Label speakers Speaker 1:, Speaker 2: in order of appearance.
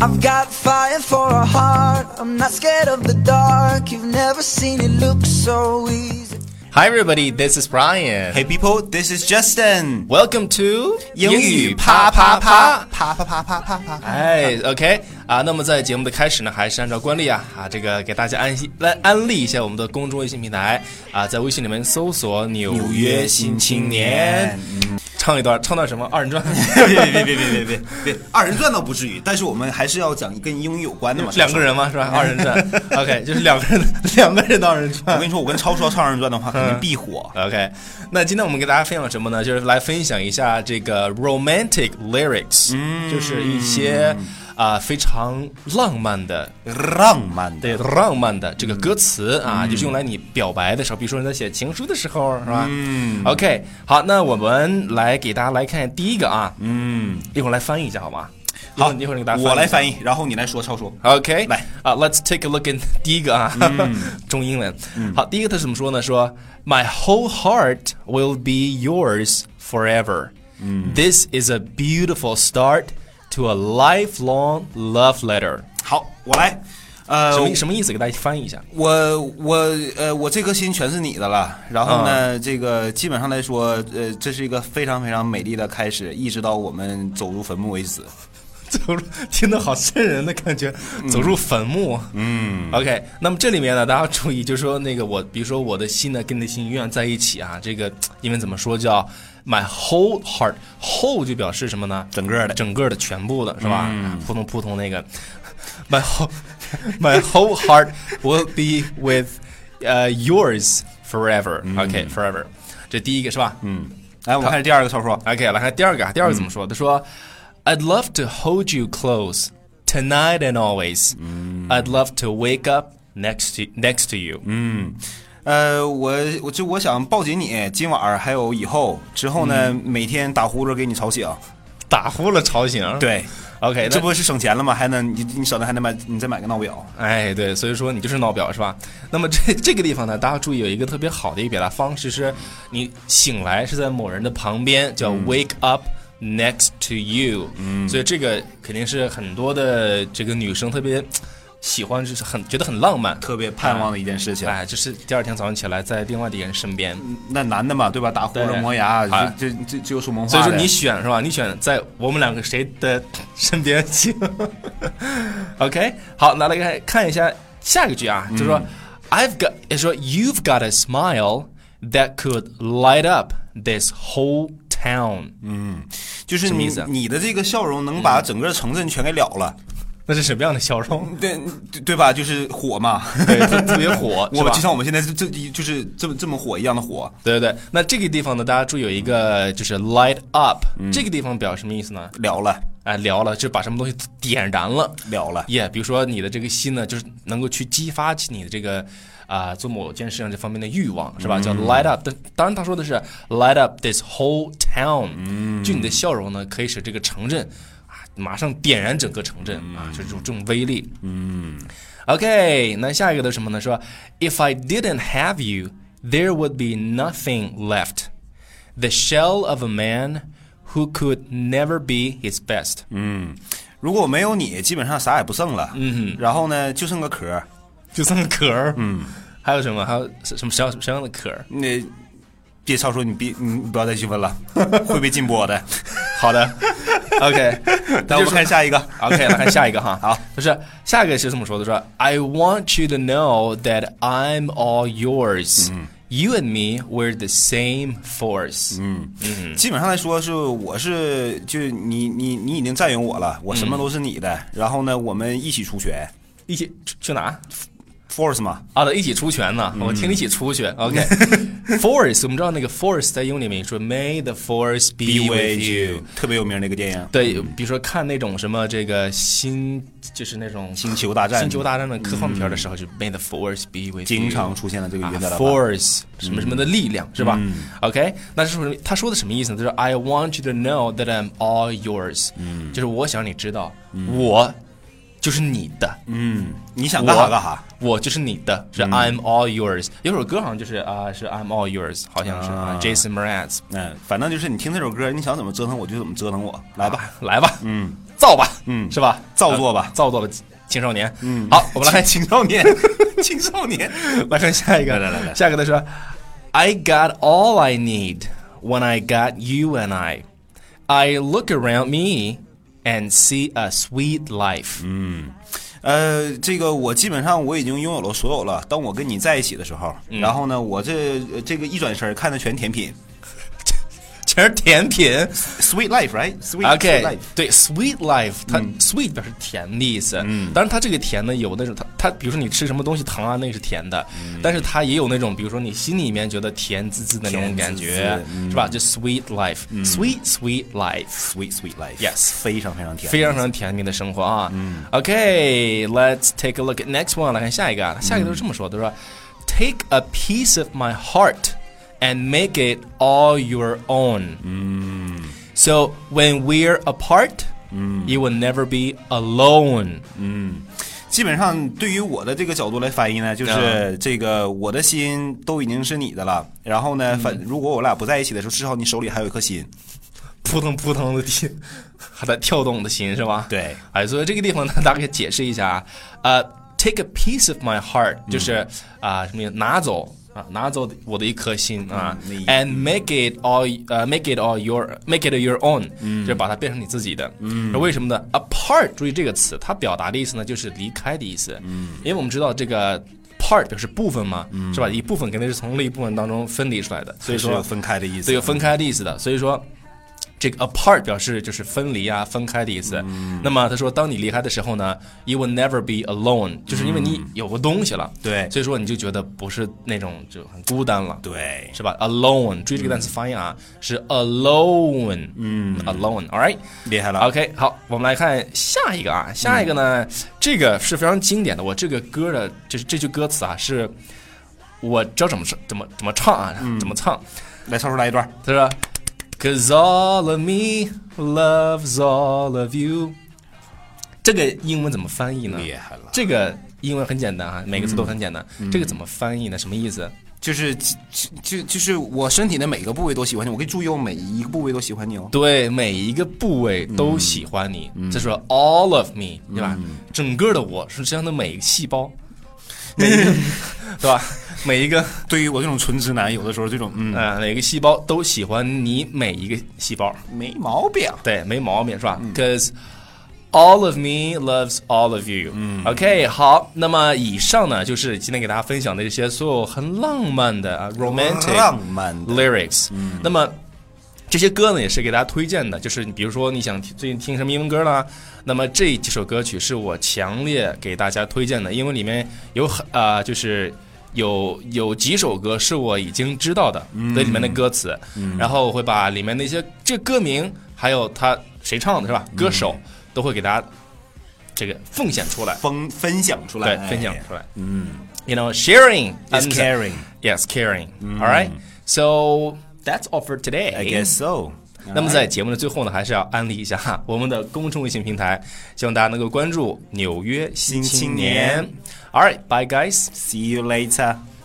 Speaker 1: I've got fire for a heart. I'm not scared of the dark. You've never seen it look so easy.
Speaker 2: Hi, everybody. This is Brian.
Speaker 3: Hey people, this is Justin.
Speaker 2: Welcome to
Speaker 3: 英语啪啪啪。啪啪啪啪啪啪。
Speaker 2: 哎，OK 啊，那么在节目的开始呢，还是按照惯例啊啊，这个给大家安息来安利一下我们的公众微信平台啊，在微信里面搜索“纽约新青年”，唱一段，唱段什么二 人转，
Speaker 3: 别别别别别别别！ 二人转倒不至于，但是我们还是要讲跟英语有关的嘛。
Speaker 2: 两个人嘛是吧？二人 转，OK，就是两个人的两个人的二人
Speaker 3: 超
Speaker 2: 转
Speaker 3: 超。我。跟你说，我跟超叔要唱二人转
Speaker 2: 嗯
Speaker 3: 的话，肯定必火。
Speaker 2: OK，那今天我们给大家分享什么呢？就是来分享一下这个 romantic lyrics，、就是
Speaker 3: 嗯
Speaker 2: 一些啊、非常浪漫的
Speaker 3: 浪漫的
Speaker 2: 对，浪漫的这个歌词啊，
Speaker 3: 嗯
Speaker 2: 就是用来你表白的时候，比如说你在写情书的时候，是吧？嗯。OK，好，那我们来给大家来看第一个啊，嗯，一会儿来翻译一下好吗？
Speaker 3: 好，
Speaker 2: 一会儿给大家
Speaker 3: 我来
Speaker 2: 翻
Speaker 3: 翻
Speaker 2: 译一
Speaker 3: 译，然后你来说，超叔。
Speaker 2: 下。OK，
Speaker 3: 来
Speaker 2: 啊、l e t s take a look at 第一个啊， 中英文。好，第一个他怎么说呢？说 My whole heart will be yours forever. This is a beautiful start to a lifelong love letter.
Speaker 3: 好，我来。呃，
Speaker 2: 什么、什么意思？给大家翻译一下。
Speaker 3: 我我呃，我这颗心全是你的了。然后
Speaker 2: 啊
Speaker 3: 呢，这个基本上来说，呃，这是一个非常非常美丽的开始，一直到我们走入坟墓为止。
Speaker 2: 走入，听得好瘆人的感觉，走入坟墓。嗯，OK，那么这里面呢，大家要注意，就是说那个我，比如说我的心呢跟你的心永远在一起啊，这个英文怎么说叫 my whole heart，whole 就表示什么呢？
Speaker 3: 整个的嗯
Speaker 2: 整个的，全部的是吧？扑通扑通那个 my whole my whole heart will be with 呃、yours forever、OK
Speaker 3: 嗯
Speaker 2: forever，这第一个是吧？嗯。
Speaker 3: 来，我们看第二个，超叔。
Speaker 2: OK，来看第二个啊，第二个怎么说？他说，I'd love to hold you close tonight and always. I'd love to wake up next to next to you.
Speaker 3: 呃，我我就我想抱紧你，今晚儿还有以后之后呢，每天打呼噜给你吵醒。
Speaker 2: 打呼了吵醒。
Speaker 3: 对，
Speaker 2: ，OK，
Speaker 3: 这
Speaker 2: 这不。
Speaker 3: 不是省钱了吗？还能你你省的还能买，你再买个闹表。
Speaker 2: 哎，对，所以说你就是闹表是吧？那么这这个地方呢，大家注意有一个特别好的一个表达方式是，你醒来是在某人的旁边，叫 wake up next to you。嗯，所以这个肯定是很多的这个女生特别喜欢，就是很觉得很浪漫，
Speaker 3: 特别盼望的一件事情，
Speaker 2: 哎，就是第二天早上起来在另外的一个人身边。
Speaker 3: 那男的嘛，对吧？打呼噜
Speaker 2: 对
Speaker 3: 磨牙，
Speaker 2: 哎
Speaker 3: 这这这这有说梦话
Speaker 2: 所以说
Speaker 3: 的
Speaker 2: 你选是吧？你选在我们两个谁的身边行 ？OK，好，那来看看一下下一句啊，就说、I've got，也说 You've got a smile that could light up this whole town。
Speaker 3: 就是
Speaker 2: 什么
Speaker 3: 你
Speaker 2: 意思啊
Speaker 3: 你的这个笑容能把整个城镇全给了了，
Speaker 2: 那是什么样的笑容？
Speaker 3: 对对对吧？就是火 嘛，
Speaker 2: 对，特特别 火，是
Speaker 3: 我
Speaker 2: 吧
Speaker 3: 们就像我们现在这这就是这么这么火一样的火，
Speaker 2: 对对对。那这个地方呢，大家注意有一个就是 light up，、这个地方表示什么意思呢？
Speaker 3: 了了
Speaker 2: 哎，聊了，就把什么东西点燃了。
Speaker 3: 了了，
Speaker 2: 也、比如说你的这个心呢，就是能够去激发起你的这个啊、做某件事情这方面的欲望，是吧？叫 light up。但当然他说的是 light up this whole town，、就你的笑容呢，可以使这个城镇啊马上点燃整个城镇啊，就是这种这种威力。嗯，OK，那下一个的什么呢？说 If I didn't have you, there would be nothing left. The shell of a man who could never be his best.
Speaker 3: 嗯如果没有你，基本上啥也不剩了，嗯，然后呢，就剩个壳儿，
Speaker 2: 就剩个壳儿。嗯，还有什么？还有什么什么什么样的壳儿？
Speaker 3: 那。别超叔，你别你不要再去问了，会被禁播的。
Speaker 2: 好 的，OK，
Speaker 3: 那
Speaker 2: 那
Speaker 3: 我
Speaker 2: 我们
Speaker 3: 们看
Speaker 2: 看下
Speaker 3: 下一个。
Speaker 2: OK，来看下一个 哈。
Speaker 3: 好，
Speaker 2: 就是下一个是这么说的：说 I want you to know that I'm all yours.、You and me, we're the same force. 嗯，
Speaker 3: 基本上来说是我是就你你你已经占有我了，我什么都是你的。
Speaker 2: 嗯
Speaker 3: 然后呢，我们一起出拳
Speaker 2: 一起去去哪？
Speaker 3: ，force 嘛，
Speaker 2: 啊，对，一起出拳呢。我听你一起出去。OK，force，我们知道那个 force 在英文里面说 May the force be with you。嗯
Speaker 3: 特别有名那个电影。
Speaker 2: 对，比如说看那种什么这个新，就是那种
Speaker 3: 星球大战嗯
Speaker 2: 星球大战的科幻片儿的时候，就 May the Force be with you，
Speaker 3: 经常出现了这个
Speaker 2: 啊
Speaker 3: 原则了吧。
Speaker 2: Force 什么什么的力量是吧？OK，那
Speaker 3: 嗯
Speaker 2: 是不是他说的什么意思呢？就是 I want you to know that I'm all yours，就是
Speaker 3: 嗯
Speaker 2: 我想你知道我就是你的，
Speaker 3: 嗯，你想
Speaker 2: 我
Speaker 3: 干啥干啥。
Speaker 2: 我就是你的，
Speaker 3: 嗯
Speaker 2: 是 I'm all yours。有首歌好像就是啊，是 I'm all yours，好像是啊
Speaker 3: 啊
Speaker 2: ，Jason Mraz。啊
Speaker 3: 嗯，反正就是你听这首歌，你想怎么折腾我就怎么折腾我，来吧。
Speaker 2: 来吧，
Speaker 3: 嗯
Speaker 2: 造吧，
Speaker 3: 嗯
Speaker 2: 是吧？
Speaker 3: 造作吧
Speaker 2: 呃造作吧，青少年。嗯，好，我们来看
Speaker 3: 青少年， 青少年，
Speaker 2: 来看下一个，
Speaker 3: 来来来来
Speaker 2: 下一个他说，I got all I need when I got you and I. I look around me and see a sweet life.
Speaker 3: Mm. 呃，这个我基本上我已经拥有了所有了。当我跟你在一起的时候，
Speaker 2: 嗯
Speaker 3: 然后呢，我这呃这个一转身看的全甜品
Speaker 2: 全是甜品。
Speaker 3: ，Sweet Life，right？Sweet sweet
Speaker 2: OK，
Speaker 3: Life。Mm
Speaker 2: 对，sweet life，它 sweet 表示甜的意思。嗯，当然它这个甜呢，有那种它它，比如说你吃什么东西糖啊，那是甜的，
Speaker 3: Mm
Speaker 2: 但是它也有那种，比如说你心里面觉得甜滋滋的那种
Speaker 3: 甜滋滋嗯 Mm
Speaker 2: 感觉，是吧？就 sweet life，sweet sweet life。
Speaker 3: Sweet sweet life,
Speaker 2: Yes.
Speaker 3: 非常非常甜，
Speaker 2: 非常非常甜蜜的生活啊。OK，let's、take a look at next one，来看下一个啊。下一个都是这么说，他说，Take a piece of my heart and make it all your own。So when we're apart。You will never be alone。
Speaker 3: 基本上对于我的这个角度来翻译呢，就是
Speaker 2: 嗯
Speaker 3: 这个我的心都已经是你的了。然后
Speaker 2: 嗯
Speaker 3: 呢，反如果我俩不在一起的时候，至少你手里还有一颗心。
Speaker 2: 扑腾扑腾的地，还在跳动的心是吧？
Speaker 3: 对，
Speaker 2: 哎，所以这个地方呢，大概解释一下啊，呃，take a piece of my heart，就是
Speaker 3: 嗯
Speaker 2: 啊、什么呀，拿走啊，拿走我的一颗心啊、
Speaker 3: 嗯那
Speaker 2: a n d make it all，呃、m a k e it all your，make it your own，、就是
Speaker 3: 嗯
Speaker 2: 把它变成你自己的。嗯，为什么呢？apart，注意这个词，它表达的意思呢，就是离开的意思。嗯，因为我们知道这个 part 表示部分嘛，是吧？一部分肯定是从另一部分当中分离出来的，所以
Speaker 3: 嗯是
Speaker 2: 说
Speaker 3: 有分开的意思。
Speaker 2: 对，有分开的意思的。所以说，这个 apart 表示就是分离啊、分开的意思。
Speaker 3: 嗯
Speaker 2: 那么他说，当你离开的时候呢，you will never be alone，就是因为你有个东西了，
Speaker 3: 嗯对
Speaker 2: 所以说你就觉得不是那种就很孤单了，
Speaker 3: 对，嗯
Speaker 2: 是吧？alone，注意这个单词发音啊，是 alone，嗯，alone，all right。
Speaker 3: 厉害了。嗯
Speaker 2: OK，好，我们来看下一个啊，下一个呢，这个是非常经典的，我这个歌的就是这句歌词啊，是我知道怎么唱怎么怎么唱啊，
Speaker 3: 嗯
Speaker 2: 怎么唱。
Speaker 3: 来，超叔来一段。
Speaker 2: 他说，Cause all of me loves all of you。这个英文怎么翻译呢？
Speaker 3: 厉害了
Speaker 2: 这个英文很简单啊，每个字都很简单。这个怎么翻译呢？什么意思？
Speaker 3: 就是就就就是我身体的每个部位都喜欢你，我可以注意我每一个部位都喜欢你哦。
Speaker 2: 对，每一个部位都喜欢你。他说 all of me，对吧？整个的我是这样的每一个细胞，每一个，对吧？每一个
Speaker 3: 对于我这种纯直男，有的时候这种嗯，
Speaker 2: 呃，每个细胞都喜欢你每一个细胞。
Speaker 3: 没毛病。
Speaker 2: 对，没毛病是吧？Because、all of me loves all of you。嗯，OK，好，那么以上呢，就是今天给大家分享的这些所有很浪漫的啊
Speaker 3: 浪
Speaker 2: ，romantic
Speaker 3: 漫的
Speaker 2: lyrics。那么。这些歌呢也是给大家推荐的，就是你比如说你想听最近听什么英文歌啦，那么这几首歌曲是我强烈给大家推荐的，因为里面有很啊、就是有有几首歌是我已经知道的，对里面的歌词，然后我会把里面的一些这歌名还有他谁唱的是吧，歌手、都会给大家这个奉献出来，
Speaker 3: 分分享出来，
Speaker 2: 对，分享
Speaker 3: 哎
Speaker 2: 出来，嗯，you know sharing
Speaker 3: is
Speaker 2: and-
Speaker 3: caring.
Speaker 2: yes caring，all、right so that's all for today
Speaker 3: Mm. I guess so.
Speaker 2: 那么在节目的最后呢，还是要安利一下 哈我们的公众微信平台，希望大家能够关注《纽约新
Speaker 3: 新青
Speaker 2: 青
Speaker 3: 年
Speaker 2: 年》。All right, bye guys.
Speaker 3: see you later.